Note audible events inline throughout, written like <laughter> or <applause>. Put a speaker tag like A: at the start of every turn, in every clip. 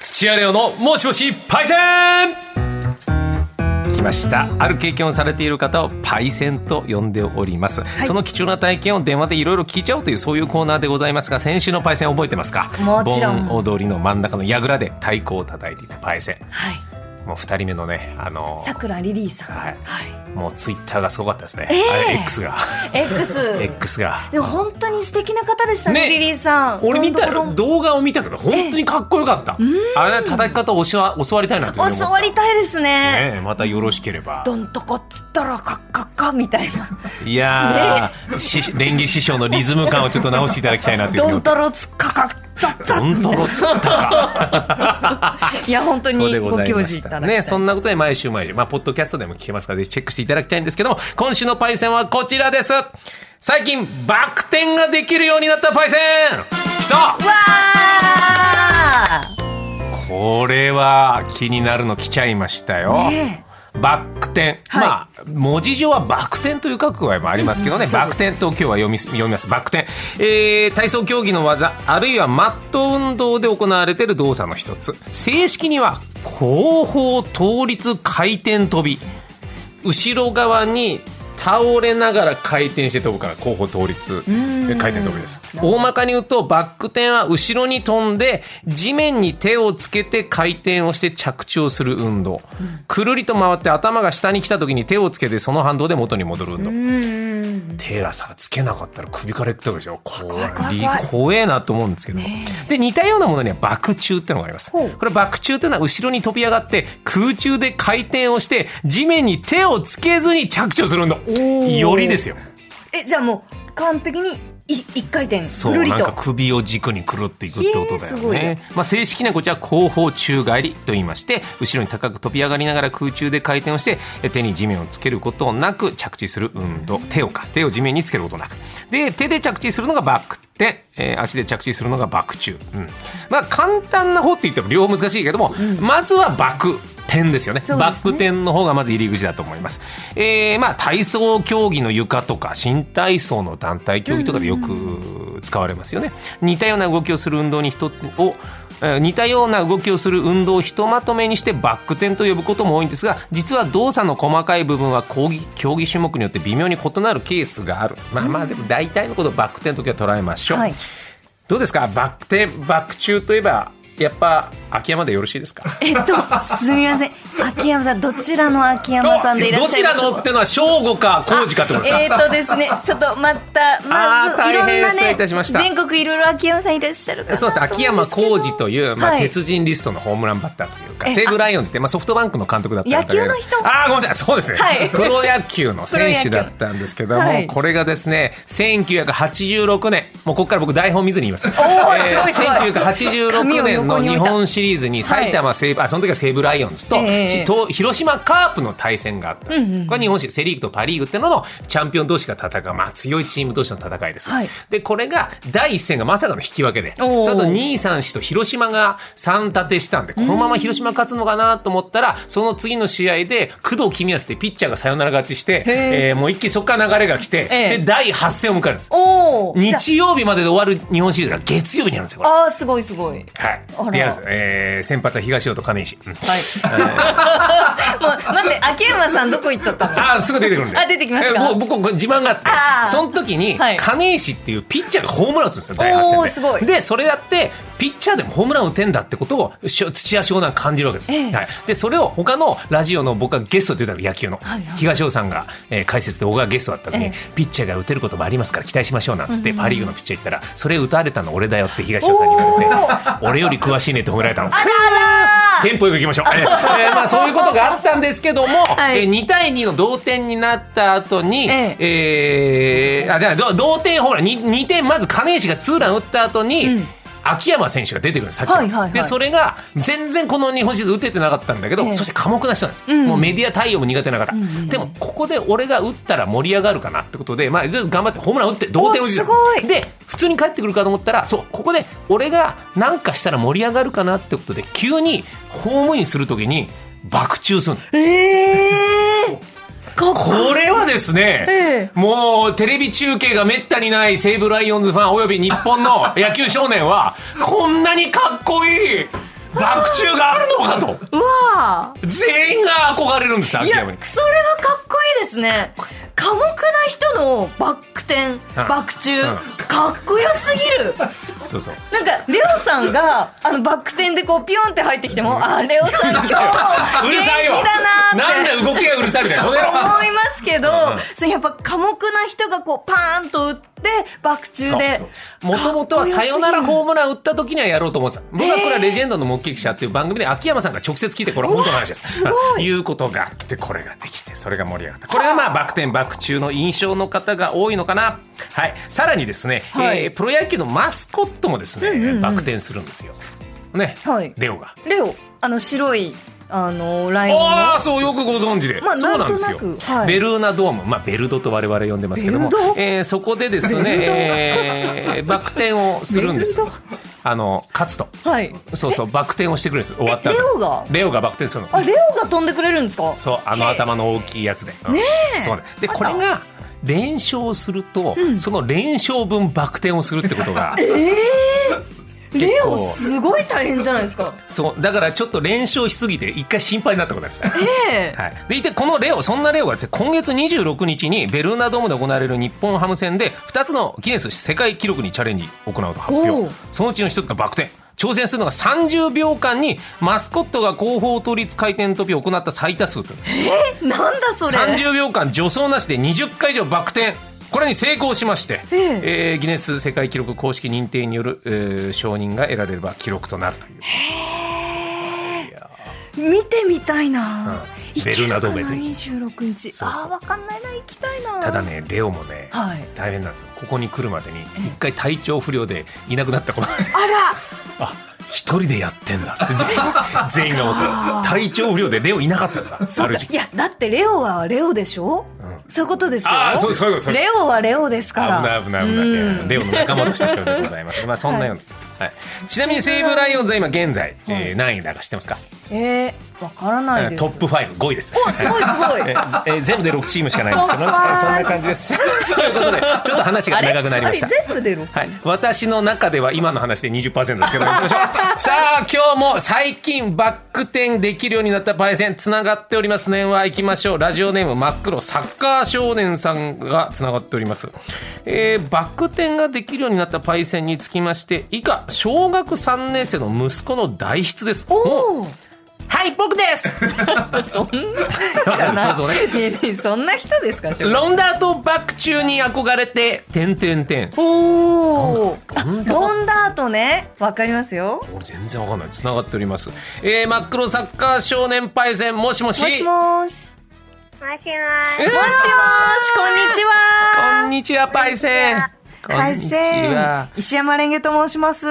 A: 土屋レオのもしもしパイセン来ましたある経験をされている方をパイセンと呼んでおります、
B: い
A: その貴重な体験を電話でいろいろ聞いちゃおうというそういうコーナーでございますが先週のパイセン覚えてますか
B: もちろん
A: 盆踊りの真ん中の櫓で太鼓を叩いていたパイセン
B: はい。
A: もう二人目のねあの
B: さくらリリーさん。
A: はい
B: は
A: もうツイッターがすごかったですね、
B: ええ
A: あれ X が
B: い。X。
A: X が
B: でも本当に素敵な方でしたね、
A: ね
B: リリーさん。
A: 俺見た
B: どんどんどん
A: 動画を見たけど本当にかっこよかった、あれ叩き方を教わ教わりたいなというふうに
B: 教
A: 思っ
B: わりたいです
A: た
B: ね。
A: ねえまたよろしければ
B: どんとこっつったらカッカッカみたいな。
A: いやー、し演技師匠のリズム感をちょっと直していただきたいなというふうに
B: ど
A: 思
B: ん
A: って
B: とろつっかかっ
A: <laughs>
B: ざっざ
A: どんとろつったか
B: いや、本当
A: そう
B: に
A: でご
B: ご
A: ざい
B: 教
A: ま
B: 示
A: し
B: いた
A: た
B: だきたい
A: ねそんなことで毎週毎週まあポッドキャストでも聞けますからぜひチェックしていただきたいんですけども今週のパイセンはこちらです最近バク転ができるようになったパイセン来た
B: わあ
A: これは気になるの来ちゃいましたよ。
B: ね
A: バック転、
B: はい
A: まあ文字上はバク転という書く場合もありますけどね、バク転と今日は読みす読みますバク転、えー体操競技の技あるいはマット運動で行われている動作の一つ正式には後方倒立回転跳び後ろ側に倒れながら回転して飛ぶから後方倒立回転飛びです大まかに言うとバック転は後ろに飛んで地面に手をつけて回転をして着地をする運動、くるりと回って頭が下に来た時に手をつけてその反動で元に戻る運動、手がさつけなかったら首からいくとこでしょ怖
B: い怖い
A: い
B: 怖い
A: 怖えなと思うんですけども、で似たようなものにはバク宙ってのがあります
B: ほう
A: これバク宙というのは後ろに飛び上がって空中で回転をして地面に手をつけずに着地をする運動
B: ー
A: よりですよ
B: え、じゃあもう完璧にい一回転、
A: そ
B: ぐ
A: う
B: るり
A: なん
B: と
A: か。首を軸にくるっていくってことだよ
B: へーすごい
A: ね
B: ね、
A: まあ、正式にはこちら後方宙返りと言いまして後ろに高く飛び上がりながら空中で回転をしてえ手に地面をつけることなく着地する運動手をか手を地面につけることなくで手で着地するのがバックで、えー足で着地するのがバック宙、うん、まあ簡単な方って言っても両方難しいけども、まずはバック点ですよね
B: そうですね
A: バック点の方がまず入り口だと思います、えーまあ体操競技の床とか新体操の団体競技とかでよく使われますよね似たような動きをする運動に一つをえー似たような動きをする運動をひとまとめにしてバック転と呼ぶことも多いんですが実は動作の細かい部分は競技競技種目によって微妙に異なるケースがあるまあまあでも大体のことをバック転の時は捉えましょう、
B: はい
A: どうですかバック転バック中といえばやっぱ秋山でよろしいですか
B: えっと、すみません。秋山さん、どちらの秋山さんでいらっしゃいます
A: どちらのってのは正午か工事かってことですか、
B: えーとです
A: <laughs>
B: ね、ちょっとまた、ま
A: あ
B: ず
A: ー
B: いろ
A: 大
B: ん
A: 変
B: な
A: 失礼いたしま
B: ね、
A: した
B: 全国いろいろ秋山さんいらっしゃるかな
A: そうです秋山
B: と思う
A: 浩
B: んです
A: 二
B: けど
A: という、まあ
B: はい
A: 鉄人リストのホームランバッターというか
B: え
A: 西武ライオンズって、まあ、ソフトバンクの監督だったんだけど
B: 野球の人
A: ああごめんなさいそうですね、
B: はい
A: プロ野球の選手
B: プ
A: だ
B: ロ野球
A: ったんですけども、
B: はい
A: これがですね1986年もうここから僕台本見ずに言います
B: ーすごいすごい
A: 1986年の日
B: 紙を横に置
A: 本シリーズに埼玉西武、あその時は西武ライオンズと、
B: ええ
A: ひと広島カープの対戦があったんです、これは日本シリーズセ・リーグとパ・リーグってののチャンピオン同士が戦う、まあ、強いチーム同士の戦いです、
B: はい
A: でこれが第一戦がまさかの引き分けで
B: おー
A: その後2位3死と広島が3立てしたんでこのまま広島勝つのかなと思ったらその次の試合で工藤公康ってピッチャーがサヨナラ勝ちして、
B: へ
A: えーもう一気にそこから流れが来て、
B: ええ
A: で第8戦を迎えるんです
B: おーじゃあ
A: 日曜日までで終わる日本シリーズが月曜日にあるんですよこれ
B: あー、すごいすごい。あ
A: はい
B: ら
A: でやるんですよ、えー先発は東尾と金石、うん
B: はい。 <laughs> もう、待って、秋山さんどこ行っちゃったの
A: あーすぐ出てくるんで
B: あ出てきますか
A: え僕僕自慢があって
B: あー
A: その時に
B: はい
A: 金石っていうピッチャーがホームラン打つんですよ第8戦
B: お
A: で
B: ーすごい
A: でそれやってピッチャーでもホームラン打てんだってことをしょ土屋湘南感じるわけです、
B: ええ
A: はい、でそれを他のラジオの僕がゲストで出たの野球の、
B: はいはい
A: 東尾さんが、えー解説で僕がゲストだった時に、
B: ええ
A: ピッチャーが打てることもありますから期待しましょうなんつって、パ・リーグのピッチャー行ったらそれ打たれたの俺だよって東尾さんに言われて俺より詳しいねって褒められたんですテンポよくいきましょう。えー
B: <laughs>
A: えーまあそういうことがあったんですけども、
B: はい
A: えー2対2の同点になった後に、え
B: え
A: ーあじゃあど同点ホームラン 2, 2点まず金石がツーラン打った後に。
B: うん
A: 秋山選手が出てくるんです、さっきの
B: はいはいはい
A: でそれが全然この日本シリーズ打ててなかったんだけど、
B: ええ
A: そして寡黙な人なんです、
B: うん
A: もうメディア対応も苦手な方、でもここで俺が打ったら盛り上がるかなってことで、まあ、ちょっと頑張ってホームラン打って同点を打ち
B: おすごい
A: で普通に帰ってくるかと思ったらそうここで俺がなんかしたら盛り上がるかなってことで急にホームインする時に爆中するの
B: ええか
A: こ
B: っこ
A: れはですね、
B: え
A: もうテレビ中継がめったにない西 <laughs> 武ライオンズファンおよび日本の野球少年はこんなにかっこいい爆中があるのかと
B: うわ
A: 全員が憧れるんです
B: ー
A: 秋
B: いや
A: 山に
B: それはかっこいいですね寡黙な人のバック転バック中、
A: うん
B: かっこよすぎる
A: そうそう
B: なんかレオさんがあのバック転でこうピュンって入ってきてもあレオさん今日元
A: <laughs> うる
B: 気
A: さいわ
B: だなーって
A: なんだ動きがうるさいみ <laughs> たいなこの野郎
B: 思いますけど、
A: ん
B: それやっぱ寡黙な人がこうパーンと打って爆中で
A: もともとはサヨナラホームラン打った時にはやろうと思ってた僕はこれは「レジェンドの目撃者」っていう番組で秋山さんが直接聞いてこれは本当の話です。いうことがあってこれができてそれが盛り上がったこれはまあバク転バク中の印象の方が多いのかな、はい、さらにですね、
B: はい
A: えープロ野球のマスコットもですね、バク転するんですよ。ね、
B: はい
A: レオが。
B: レオあの白いあのライオンの
A: ああそうよくご存知で、
B: まあ
A: そうなんですよ
B: なんとなくはい
A: ベルーナドーム、まあ、ベルドと我々呼んでますけども
B: ベルド、
A: えーそこでですね、えーバク転をするんです
B: ベル
A: あの勝つと
B: はい
A: そうそうバク転をしてくれるんです終わった後
B: えレオが
A: レオがバク転するの
B: あレオが飛んでくれるんですか
A: そうあの頭の大きいやつで、うん
B: ねえ
A: そうねでこれが連勝すると、その連勝分バク転をするってことが
B: <laughs> レオ
A: 結構
B: すごい大変じゃないですか
A: そうだからちょっと連勝しすぎて一回心配になったことありました
B: ええ
A: はい、でいてこのレオそんなレオがです、ね、今月26日にベルーナドームで行われる日本ハム戦で2つのギネス世界記録にチャレンジを行うと発
B: お
A: 表
B: う
A: そのうちの1つがバク転挑戦するのが30秒間にマスコットが後方倒立回転跳びを行った最多数という
B: なんだ <laughs> それ
A: 30秒間助走なしで20回以上バク転これに成功しまして、
B: ええ
A: えーギネス世界記録公式認定による、えー承認が得られれば記録となるという
B: 見てみたいな、
A: うんベルナドームへぜひ
B: 二十六日
A: そうそう
B: あーわかんないな行きたいな
A: ただねレオもね、
B: はい
A: 大変なんですよここに来るまでに一回体調不良でいなくなったことがあって
B: あら
A: あ一人でやってん
B: <laughs>
A: だって全員全員が思って体調不良でレオいなかったですから
B: そう
A: ある
B: か
A: 時
B: いやだってレオはレオでしょ、
A: ん
B: そういうことですよ
A: あーそうそういうことそういう
B: レ
A: こ
B: オはレオですから
A: 危ない危ない危ない、
B: うん
A: レオの仲間としてそれでございますまあそんなような、はいちなみに西武ライオンズは今現在、えー何位だか知ってますか、
B: えー、わからないです
A: トップ55位です
B: おすごいすごい
A: えー全部で6チームしかないんですけど、ね、
B: トップファイブ
A: そんな感じです <laughs> そういうことでちょっと話が長くなりました
B: あれ全部出る
A: はい、私の中では今の話で20%ですけど行きましょ <laughs> うさあ今日も最近バック転できるようになったパイセンつながっておりますねは行きましょうラジオネーム真っ黒サッカー少年さんがつながっております、えーバック転ができるようになったパイセンにつきまして以下小学3年生の息子の代筆です
B: お
A: もう
B: お
A: はい僕です <laughs>
B: そんなか
A: そ
B: な
A: うそうね
B: ねえねえそんな人ですかお
A: ロンダーとバック中に憧れて点点点
B: おーあ
A: なんだ
B: ロンダートねわかりますよ
A: 俺全然わかんない繋がっておりますえー、真っ黒サッカー少年パイセンもしもし
B: もしもしも
C: もしもし。
B: しもしこんにちは
A: こんにちはパイセンこん
B: パイ
A: にち
B: セン
A: は
B: 石山レンゲと申します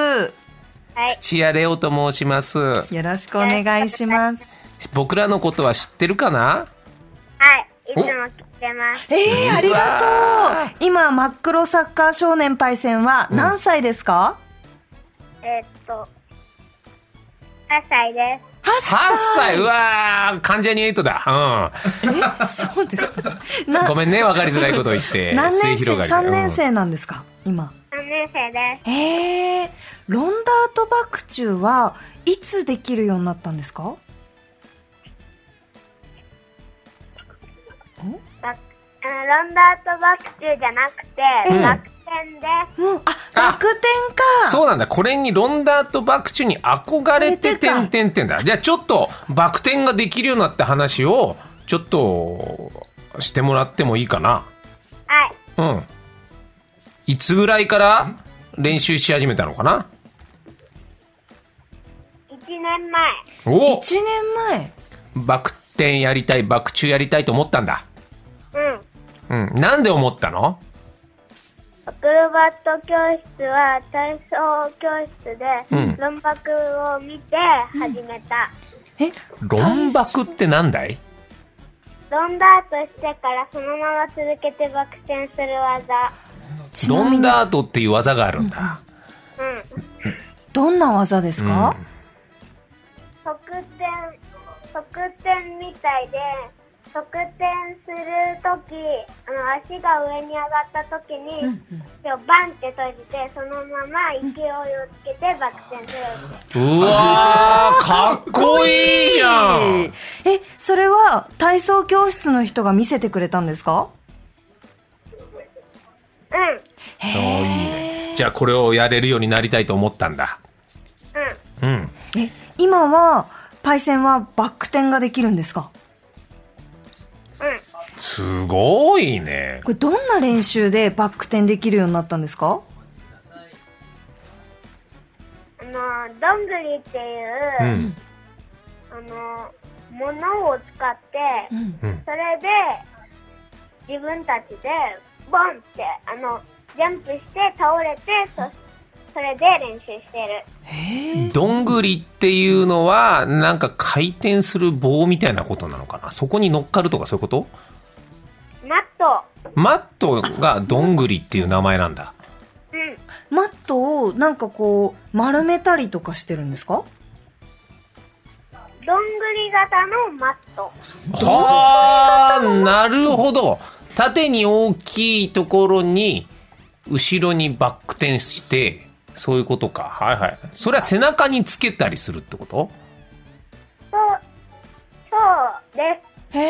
C: はい。
A: 土屋レオと申します
B: よろしくお願いします
A: 僕らのことは知ってるかな
C: はい。いつも聞いてます。
B: えー、ありがとう今真っ黒サッカー少年パイセンは何歳ですか、
C: えーっと、8歳で
A: 8歳うわー関ジャニエイトだ
B: え <laughs> そうですか
A: うん
B: な
A: ごめんねわかりづらいことを言って
B: <laughs> 何
A: 末
B: 年生
A: 広がりで
B: 3年
A: うん
B: 生なんですか今
C: す。3年生で
B: えー、ロンダートバク中はいつできるようになったんですか
C: す。バックあロンダートバック中じゃなく
A: うん
C: て、バック転で、
B: うん、あ、バク転か
A: そうなんだこれにロンダーとバクチュに憧れて
B: 憧れてた
A: 点点点だじゃあちょっとバク転ができるようになった話をちょっとしてもらってもいいかな
C: はい。
A: うん。いつぐらいから練習し始めたのかな
C: 1年前。
A: お
B: 1年前
A: バク転やりたい、バク宙やりたいと思ったんだ。
C: うん。
A: うん。なんで思ったの
C: アクロバット教室は体操教室で、
A: うん
C: 論爆を見て始めた。
B: え
A: 論爆ってなんだい
C: ロンダートしてからそのまま続けてバク転する技。
B: ちな
A: ロ
B: み
A: ン
B: に
A: ダートっていう技があるんだ。
C: うん。
B: どんな技です
A: うん。
B: か、
C: 特典特典みたいで側転するとき、あの足が上に上がったときに、手をバンって閉じて、そのまま勢いをつけてバク転する。
A: うわーかっこいいじゃん
B: え、それは体操教室の人が見せてくれたんですか
C: うん、
A: あーいいねじゃあこれをやれるようになりたいと思ったんだ
C: うん。
A: うん
B: え、今は、パイセンはバック転ができるんですか
A: すごいね
B: これどんな練習でバック転できるようになったんですか
C: あの、どんぐりっていうう、
A: ん
C: あの、ものを使っ
B: う
C: て、
B: ん。
A: うん
C: それで、自分たちで、ボンって、あの、ジャンプして倒れて、そ、それで練習してる。
B: へえ。
A: どんぐりっていうのはなんか回転する棒みたいなことなのかなそこに乗っかるとかそういうこと
C: マット。
A: マットがどんぐりっていう名前なんだ
C: うん。
B: マットをなんかこう、丸めたりとかしてるんですか
C: どんぐり型のマット。
A: はあなるほど縦に大きいところに後ろにバック転してそういうことかはいはいそれは背中につけたりするってこと
C: そう、そうで
B: へ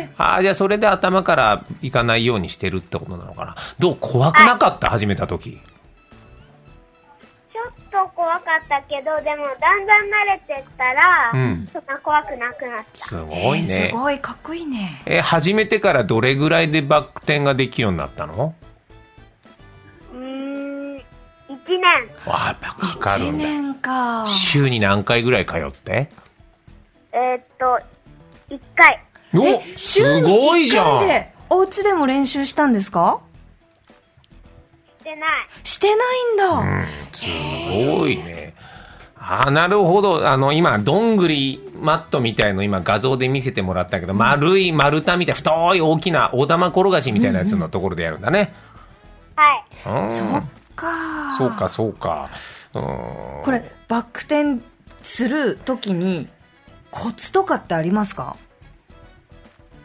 B: え。
A: ああじゃあそれで頭からいかないようにしてるってことなのかなどう怖くなかった始めた時
C: す。ちょっと怖かったけど、でもだんだん慣れてったら、
A: うん
C: そんな怖くなくなっ
A: すごいね
B: すごい、かっこいいね。
A: え始めてからどれぐらいでバック転ができるようになったの
C: た。うーん、一年。
A: わあやっぱかかる
B: 1
A: んだ
B: 年か。
A: 週に何回ぐらい通って
C: えーっと、一回。
A: おすごいじゃ
B: 週に一回
A: ん
B: でお家でも練習したんですか
C: してない。
B: してないんだ。
A: すごいね。あーなるほど。あの、今、どんぐりマットみたいの今画像で見せてもらったけど、丸い丸太みたい、太い大きな大玉転がしみたいなやつのところでやるんだね。
C: はい。
A: うん
B: そっか。
A: そうか、そうか。うん
B: これ、バック転するときに、コツとかってありますか
C: あ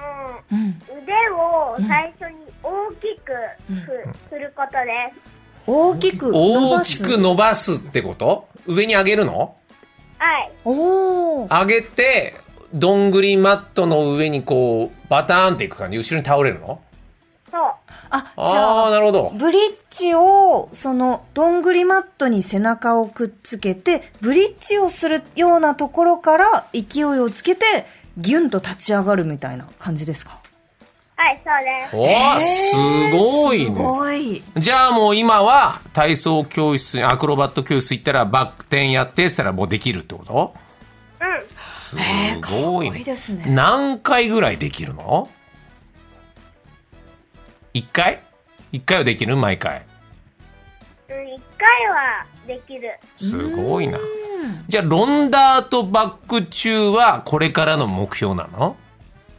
C: の、
B: うん。
C: 腕を最初に大きくふ、振ることです。
B: 大きく伸
A: 大
B: ば
A: き
B: す。
A: く伸ばすってこと上に上げるの
C: はい。
B: おー。
A: 上げて、どんぐりマットの上にこう、バターンっていく感じ、後ろに倒れるの
C: そう。
B: あ、じ
A: ああー、
B: ゃあ、
A: なるほど。
B: ブリッジを、その、どんぐりマットに背中をくっつけて、ブリッジをするようなところから勢いをつけて、ギュンと立ち上がるみたいな感じですか
C: はい、そうです。
A: おー、すごいね。
B: すごい。
A: じゃあもう今は体操教室アクロバット教室行ったらバック転やってしたらもうできるってこと
C: うん。
A: す
B: えー、かっ
A: ご
B: こ
A: い,、
B: いいですね。
A: 何回ぐらいできるの ?1 回 ?1 回はできる毎回
C: うん、一回はできる。
A: すごいなじゃあロンダーとバック中はこれからの目標なの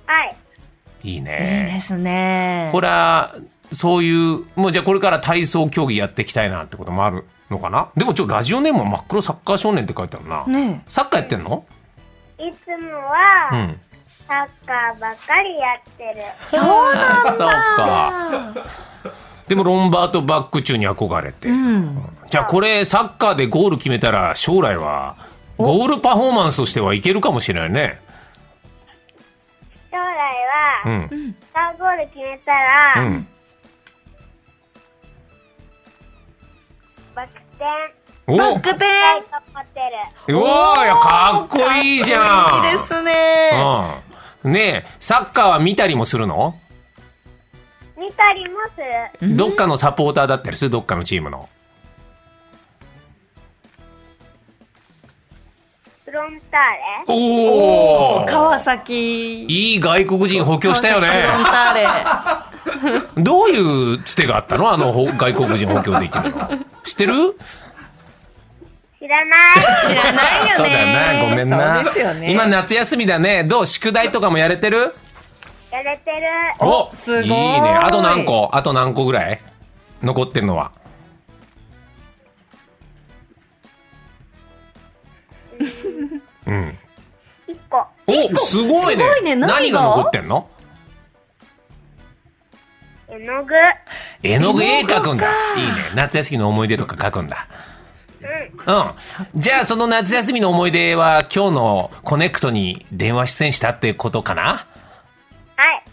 C: はい。
A: いい
B: いい
A: ね
B: ですね。
A: これはそういうもうじゃあこれから体操競技やっていきたいなってこともあるのかなでもちょラジオネームは真っ黒サッカー少年って書いてあるな、
B: ね
A: サッカーやってんの
C: いつも
A: う
C: は、
A: ん。
C: サッカーばっかりやってる。
B: そうなんだ。
A: そうか。でもロンバートバック中に憧れて。
B: うん。
A: じゃあこれサッカーでゴール決めたら将来はゴールパフォーマンスとしてはいけるかもしれないね。
C: 将来
A: う
C: は、
A: ん。
C: サッカーゴール決めた
A: う
C: ら、
A: ん。
C: バク転
A: お
B: バック転
C: したいと思ってる。
A: うわーいやかっこいいじゃん。
B: かっこいいですね。
A: うん。ねえ、サッカーは見たりもするの
C: 見たりもする。
A: どっかのサポーターだったりするどっかのチームの。
C: フロンターレ。
A: おお
B: 川崎。
A: いい外国人補強したよね。
B: 川崎フロンターレ。
A: どういうつてがあったのあのほ外国人補強できるの。知ってる
C: 知らな
A: <laughs>
C: い。
B: 知らないよね。
A: そうだよな、ごめんな。
B: そうですよね。
A: 今夏休みだね。どう宿題とかもやれてる
C: やれてる。
A: お
B: すごい
A: いね。あと何個あと何個ぐらい残ってるのは。うん。
C: 一個。
A: お
B: 個
A: すごいね
B: すごいね
A: 何
B: 何が
A: が残ってんの
C: 絵の具。
A: 絵の具絵描くんだ
B: 絵
A: いいね夏休みの思い出とか描くんだうんじゃあその夏休みの思い出は今日のコネクトに電話出演したってことかな
C: はい。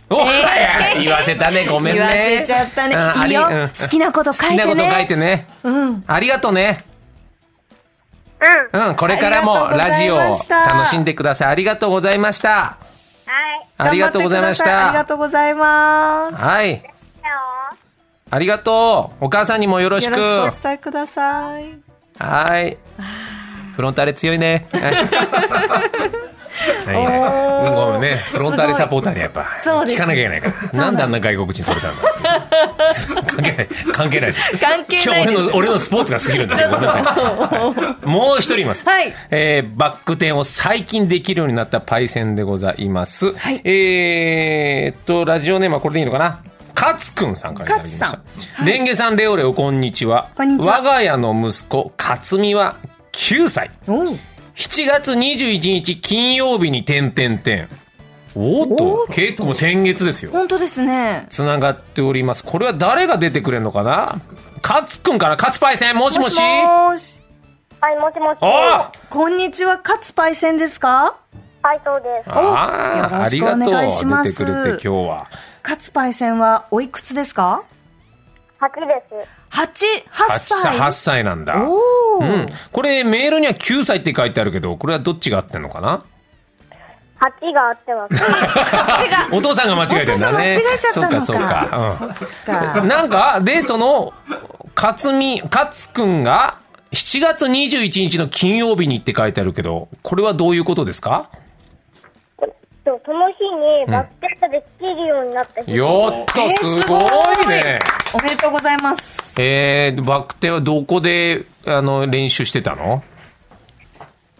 A: お、言わせたねごめんね
B: 言わせちゃったね
A: うんあ
B: いい
A: り
B: よ
A: うん
B: 好きなこと書いてね
A: 好きなこと書いてね
B: うん
A: ありがとうね
C: うん。
A: うんこれからも
B: ありがとうご
A: ラ
B: ざ
A: ジ
B: い
A: オを
B: ました
A: 楽しんでくださいありがとうございました
C: はい。
A: ありがとうございまし
B: 頑張ってくださありが
A: た
B: とうございます
A: はい
C: だよ。
A: ありがとうお母さんにもよろし
B: よ
A: く
B: ろしくお伝えください
A: はい。フロンターレ強い <laughs> ね。はい、
B: お
A: ご
B: ー
A: めんね。フロンターレサポーターにやっぱ
B: そうです
A: 聞かなきゃいけないから。なんであんな外国人されたんだ。
B: <laughs>
A: 関係ない。関係ない。
B: 関係
A: 今
B: ない
A: 日
B: で
A: 俺
B: す
A: の俺のスポーツが過ぎ
B: <laughs>
A: るんだけど、ごめんなさいはいもう一人います。
B: はい
A: えーバック転を最近できるようになったパイセンでございます。
B: はい
A: えーっと、ラジオネームはこれでいいのかな勝くんさんからいただきました
B: 勝。
A: レンゲさん、レオレオ、こんにちは。
B: こんにちは
A: 我が家の息子、勝美は9歳。
B: おう
A: 7月21日金曜日に点々点。おっと、結構先月ですよ。
B: 本当ですね
A: つながっております。これは誰が出てくれるのかな勝くんかな勝パイセン、もしもし
B: もし
C: はい、もしもし。
A: あ
B: こんにちは勝パイセンですか
C: はい、そうです。
A: あーあり
B: よろし
A: が
B: く
A: と
B: お願いし
A: う。
B: ま
A: 出
B: す
A: てくれて今日は。
B: 勝パイセンはおいくつですか
C: 八です。
B: 八
A: 8
B: 八
A: 歳、
B: 歳
A: 8歳なんだ。
B: おお、
A: うん。これメールには9歳って書いてあるけど、これはどっちが合ってんのかな
C: 八があって
A: <laughs>
C: ます。
A: お父さんが間違えてるんだね。
B: お父さん間違えちゃったのか
A: そうか、そうか。うん。
B: か
A: なんか、で、その、勝美、勝くんが、7月21日の金曜日にって書いてあるけど、これはどういうことですか
C: そうその日にバスケットで聴けるようになった日。
A: よっ
B: えー
A: と、すごいね。
B: おめでとうございます
A: えー、バック転はどこで、あの、練習してたの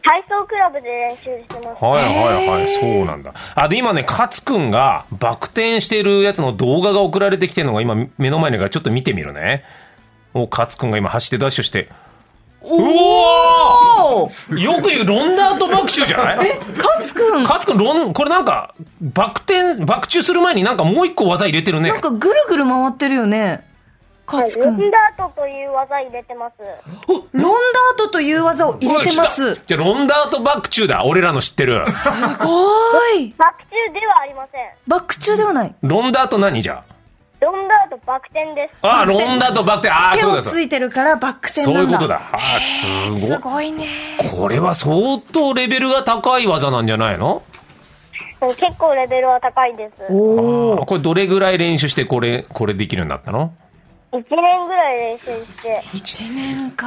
C: 体操クラブで練習してます。
A: はいはいはい、そうなんだ。あ、で、今ね、勝くんがバク転してるやつの動画が送られてきてるのが今目の前にあるからちょっと見てみるね。お、勝くんが今走ってダッシュして。うお
B: おお
A: ーよく言う、ロンダートバク宙じゃない
B: 勝くん
A: 勝君ロンこれなんかバク転バク宙する前になんかもう一個技入れてるね
B: なんかぐるぐる回ってるよね。
C: は
B: カ
C: い
B: ツくん。
C: ロ
B: ロン
C: ン
B: ダ
C: ダートという技入れてます。
B: ートという技を入れてま
A: うわ
B: す
A: 来た。じゃあロンダートバク宙だ俺らの知って
B: <laughs>
A: る
B: すごい。
C: 爆中ではありません。
B: バック中ではない。
A: ロンダート何じゃ
C: ロンダートバク転です。
A: ああ
B: バク
A: ロ
B: 転
A: ンダートバク転ああ
B: 手
A: そう
B: を
A: だそう
B: ついてるからバック
A: だ
B: 転
A: そう
B: ないん
A: うこと
B: だ。
A: だああすご
B: す
A: い
B: ごいね。
A: これは相当レベルが高い技なんじゃないの
C: うん結構レベルは高いです。1
B: おお。
A: あこれどれぐらい練習してこれこれできるようになったの
C: 年ぐらい練習して、
B: 一年か。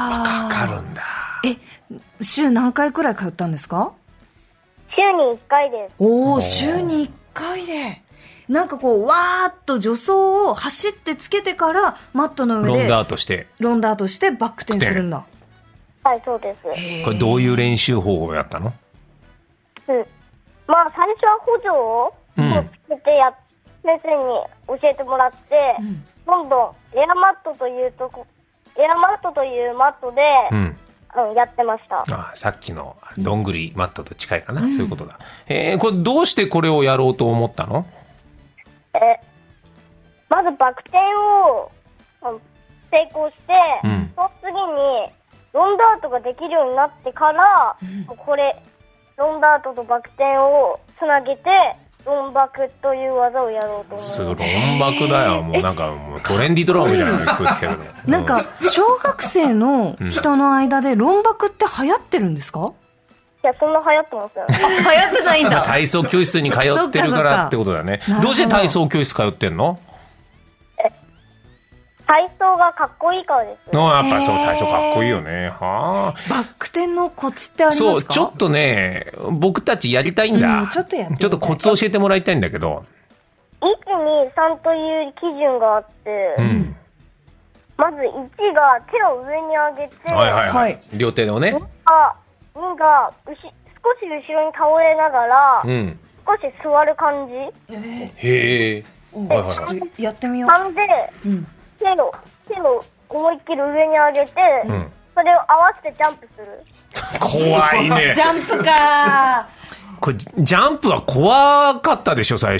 A: かかるんだ
B: え、週何回くらい通ったんですか
C: 週に1回です。
B: おお、週に一回で。なんかこう、わーっと助走を走ってつけてから、マットの上
A: ロン
B: で、
A: ダートして
B: ロンダートしてバック転するんだ。
C: はい、そうです。
A: これどういう練習方法やったの
C: うん。まあ、最初は補助を
A: うん
C: こうつけてやっ、先生に教えてもらって、どんどんエアマットというとこ、エアマットというマットで、
A: うん
C: うん、やってました。
A: あさっきのどんぐりマットと近いかな、そういうことだ。えー、これどうしてこれをやろうと思ったの
C: えまずバク転をうん成功して、
A: うん
C: その次にロンダートができるようになってから、もうこれロンダートとバク転をつなげてロンバクという技をやろうと思います
A: すごい、音楽だよ。もうなんかもうトレンディドラマみたいなのが聞こ <laughs> えてきたけど。
B: なん
A: う
B: か、小学生の人の間で、論爆って流行ってるんですか
C: いやそんな流行って
A: <laughs>
C: ますよ
B: 流行ってないん
A: まあ
B: だ。
A: 体操教室に通ってるからってことだね
B: そっかそっ。か
A: どうして体操教室通ってんの
C: 体操がかっこいいからです
A: あやっぱそう、
B: へー
A: 体操かっこいいよね。はあ。
B: バック転のコツってありますか
A: そう、ちょっとね、僕たちやりたいん
B: う
A: だ
B: ん。ちょっとやってみたい
A: ちょっとコツ教えてもらいたいんだけど。
C: 123という基準があって、
A: うん。
C: まず1が手を上に上げて、
A: はいはいは
B: はいい。
A: 両手をね。
C: あ2がうし少し後ろに倒れながら、
A: うん。
C: 少し座る感じ
A: へえ。はいはい
B: ちょ
A: は
B: っ
A: い。
B: とやってみよう。
C: なんで
B: うん。
C: 手の手の思いっきり上に上げて、
A: ん
C: それを合わせてジャンプする
B: <laughs>
A: 怖いね
B: ジ。ャンプか
A: これジャンプは怖かったでしょ最初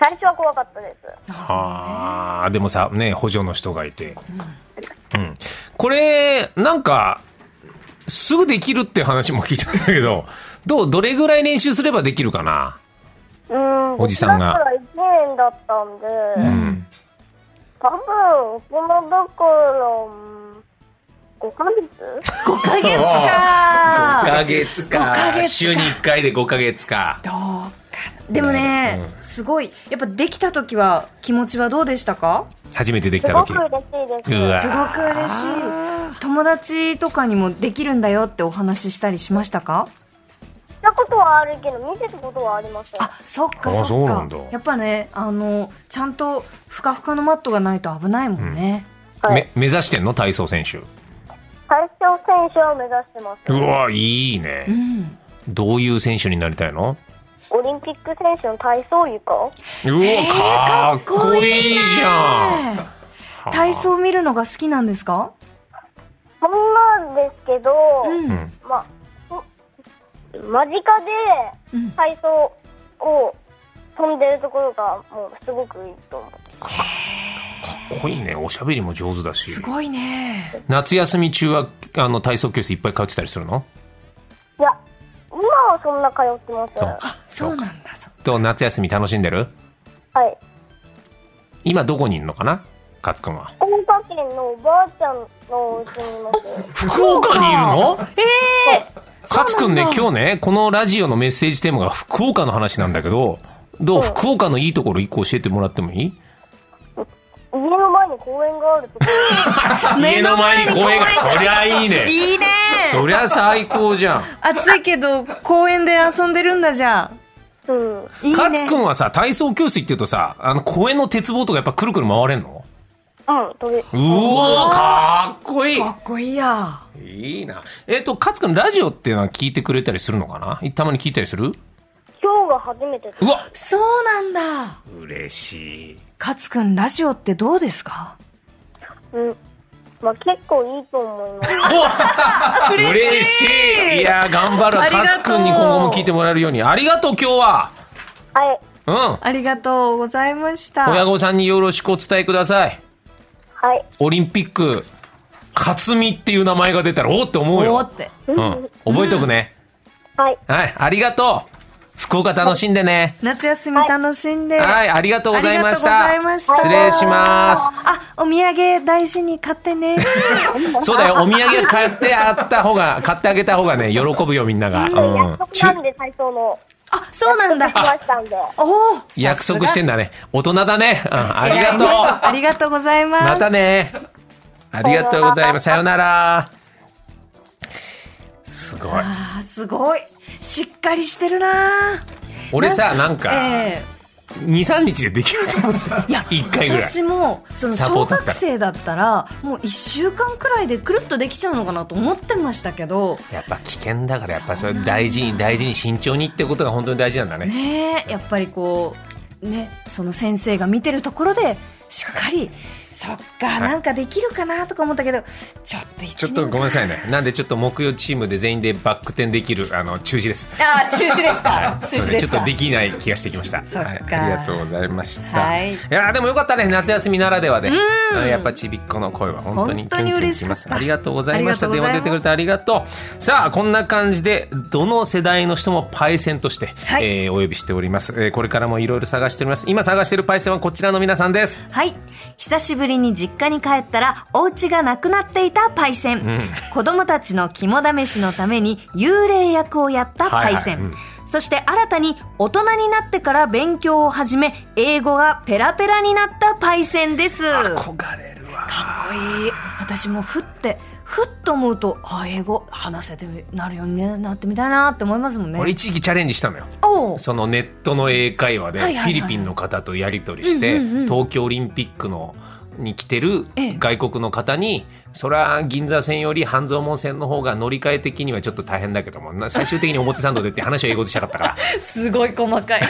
C: 最初は怖かったです。
A: あーでもさね補助の人がいて、うん、これなんかすぐできるって話も聞いたんだけどどうどれぐらい練習すればできるかな
C: うーん。
A: おじさんが
C: だから1年だったんで、
A: うん
C: 多分、このどころ、5ヶ月
B: 5ヶ月か
A: ヶ月
B: 五ヶ月か
A: 週に1回で5ヶ月か
B: どうかなでもね、すごいやっぱできた時は気持ちはどうでしたか
A: 初めてでき
C: す
A: た
C: ご
A: 時
C: く嬉しいです。
A: うわ
B: すごく嬉しい友達とかにもできるんだよってお話ししたりしましたか
C: したことはあるけど、見せたことはありません。
B: あそっか
A: あ
B: そっか
A: そうなんだ
B: やっぱねあのちゃんとふかふかのマットがないと危ないもんね、
C: はい
A: め目指してんの体操選手
C: 最初選手を目指してます。
A: うわいいね、
B: うん
A: どういう選手になりたいの
C: オリンピック選手の体操床
A: うわ、かっこいいじゃん
B: ねえ体操見るのが好きなんですか
C: そんなんですけど、
B: うん
A: うん
C: まあ、ん間近
B: うん
C: で体操を飛んでるところがもうすごくいいと思う。
A: かっこいいねおしゃべりも上手だし
B: すごいね
A: 夏休み中はあの体操教室いっぱい通ってたりするの
C: いや、今はそんな通ってません。
A: そう
B: あそうなんだそ
A: と夏休み楽しんでる
C: はい。
A: 今どこにいるのかな勝くんは
C: 福岡県のおばあちゃんの家にいます。
A: 福岡にいるの
B: ええ
A: 勝くんね
B: そうなんだ
A: 今日ねこのラジオのメッセージテーマが福岡の話なんだけどどう
C: うん
A: 福岡のいいところ一個教えてもらってもいい
C: 家の前に公園があるとこ
A: 家の前に公園がそりゃいいね
B: いいね
A: そりゃ最高じゃん
B: 暑いけど公園で遊んでるんだじゃ
C: ろ。 <laughs> うん。
B: んいいね
A: 勝くんはさ体操教室行ってるとさあの公園の鉄棒とかやっぱくるくる回れんの
C: うん、飛び。
A: うおーかっこいい
B: かっこいいや
A: いいなえっ、と勝くんラジオっていうのは聞いてくれたりするのかなたまに聞いたりする
C: 今日が初めてです
A: うわ
B: そうなんだ
A: 嬉しい
B: 勝くんラジオってどうですか
C: うん。まあ結構いいと思います。
B: <laughs>
A: 嬉しいいやー頑張る
B: ありがとう
A: 勝くんに今後も聞いてもらえるようにありがとう今日は
C: はい。
A: うん
B: ありがとうございました
A: 親御さんによろしくお伝えください
C: はい。
A: オリンピック勝美っていう名前が出たらおーって思う
B: おー
A: よ
B: っ、て
A: うん、覚えとくね、
C: はい。
A: はいありがとう福岡楽しんでね
B: 夏休み楽しんで、
A: はいありがとうございました
B: ありがとうございました
A: 失礼します
B: あお土産大事に買っ
A: <laughs>
B: てね
A: そうだよ、お土産買ってあった方が、買ってあげた方がね、喜ぶよ、みんなが。うん
C: 約束なんで体操の。
B: あそうなん
C: 来ま
B: だ
C: したんで。
B: おお
A: 約束してんだね。大人だね。うんあ
B: あ
A: りがと
B: ありがとうございま
A: う。
B: す
A: またね。ありがとうございます。さよなら。すごい。
B: あーすごいしっかりしてるなー
A: 俺さ、なんか、
B: え
A: 2、3日でできると思ってた。
B: えいや
A: 1回ぐらい。
B: 私もその
A: サポー
B: 小
A: トだったら
B: 学生だったらもう1週間くらいでくるっとできちゃうのかなと思ってましたけど
A: やっぱ危険だから、やっぱそれ大事に、大事に慎重にってことが本当に大事なんだね。
B: ねえやっぱりこうねその先生が見てるところでしっかりそっかなんかできるかなとか思ったけどちょっと一年
A: ちょっとごめんなさいね。なんでちょっと木曜チームで全員でバック転できる、あの、中止です。
B: あー中止ですか
A: そ
B: 中
A: れ
B: 止
A: で
B: で
A: ち
B: す
A: ょっと
B: か
A: できない気がしてきました。
B: そっか
A: はい、ありがとうございました。
B: はい
A: いやーでもよかったね夏休みならではで、うんやっぱちびっこの声は本当にキュンキュンします。
B: 本当に嬉しかった
A: ありがとうございました。
B: あり
A: 電
B: がとう
A: 話
B: ございます
A: 出てくれてありがとう。さあこんな感じでどの世代の人もパイセンとして、
B: はい
A: えーお呼びしております。えーこれからもいろいろ探しております。今探しているパイセンはこちらの皆さんです。
B: はい久しぶりに実家に帰ったらお家がなくなっていたパイセン、子供たちの肝試しのために幽霊役をやったパイセン、
A: はいはい
B: そして新たに大人になってから勉強を始め英語がペラペラになったパイセンですかっ
A: 憧れるわ。
B: こいい私もふってふっと思うとあ英語話せてなるようになってみたいなって思いますもんね
A: 俺一時期チャレンジしたのよ。 <laughs>
B: おう
A: そのネットの英会話でフ
B: はいは
A: ィ
B: いはい
A: リピンの方とやり取りして、
B: うんうんうん
A: 東京オリンピックのに来てる
B: ええ
A: 外国の方に、そりゃ銀座線より半蔵門線の方が乗り換え的にはちょっと大変だけども
B: <laughs>
A: な最終的に表参道でって話を英語でしたかったか
B: すごい細かい
A: ら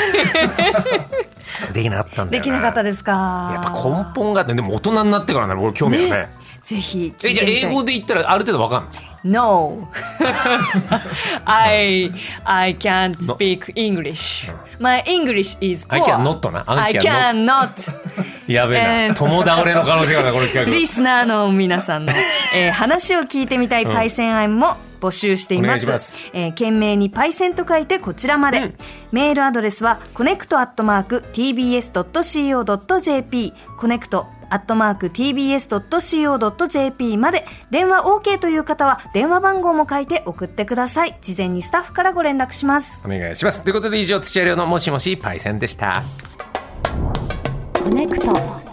A: できなかったんだ
B: <laughs> で
A: よ
B: きなかった
A: で
B: <laughs> ですか
A: やっぱ根本があってでも大人になってからね俺興味あるね
B: ねぜひ聞
A: え
B: い
A: じゃ
B: て
A: あ
B: みたい
A: 英語で言ったらある程度わかんない
B: No <laughs> I I can't speak English My English is poor
A: Oh. I can not な I
B: I
A: can
B: cannot
A: やべえ
B: <laughs> えー
A: な友倒れの可能性があるなこの企
B: リ
A: 画
B: スナーの皆さん
A: <laughs>
B: の、えー話を聞いてみたいパイセン愛も募集してい
A: お願
B: ま
A: いし
B: す。
A: ます
B: えー懸命にパイセンと書いてこちらまで。
A: うん
B: メールアドレスはコネクトアットマーク tbs.co.jp コネクトアットマーク tbs.co.jp まで電話 OK という方は電話番号も書いて送ってください。事前にスタッフからご連絡します。
A: お願いしますということで以上土屋亮のもしもしパイセンでした
D: コネクト。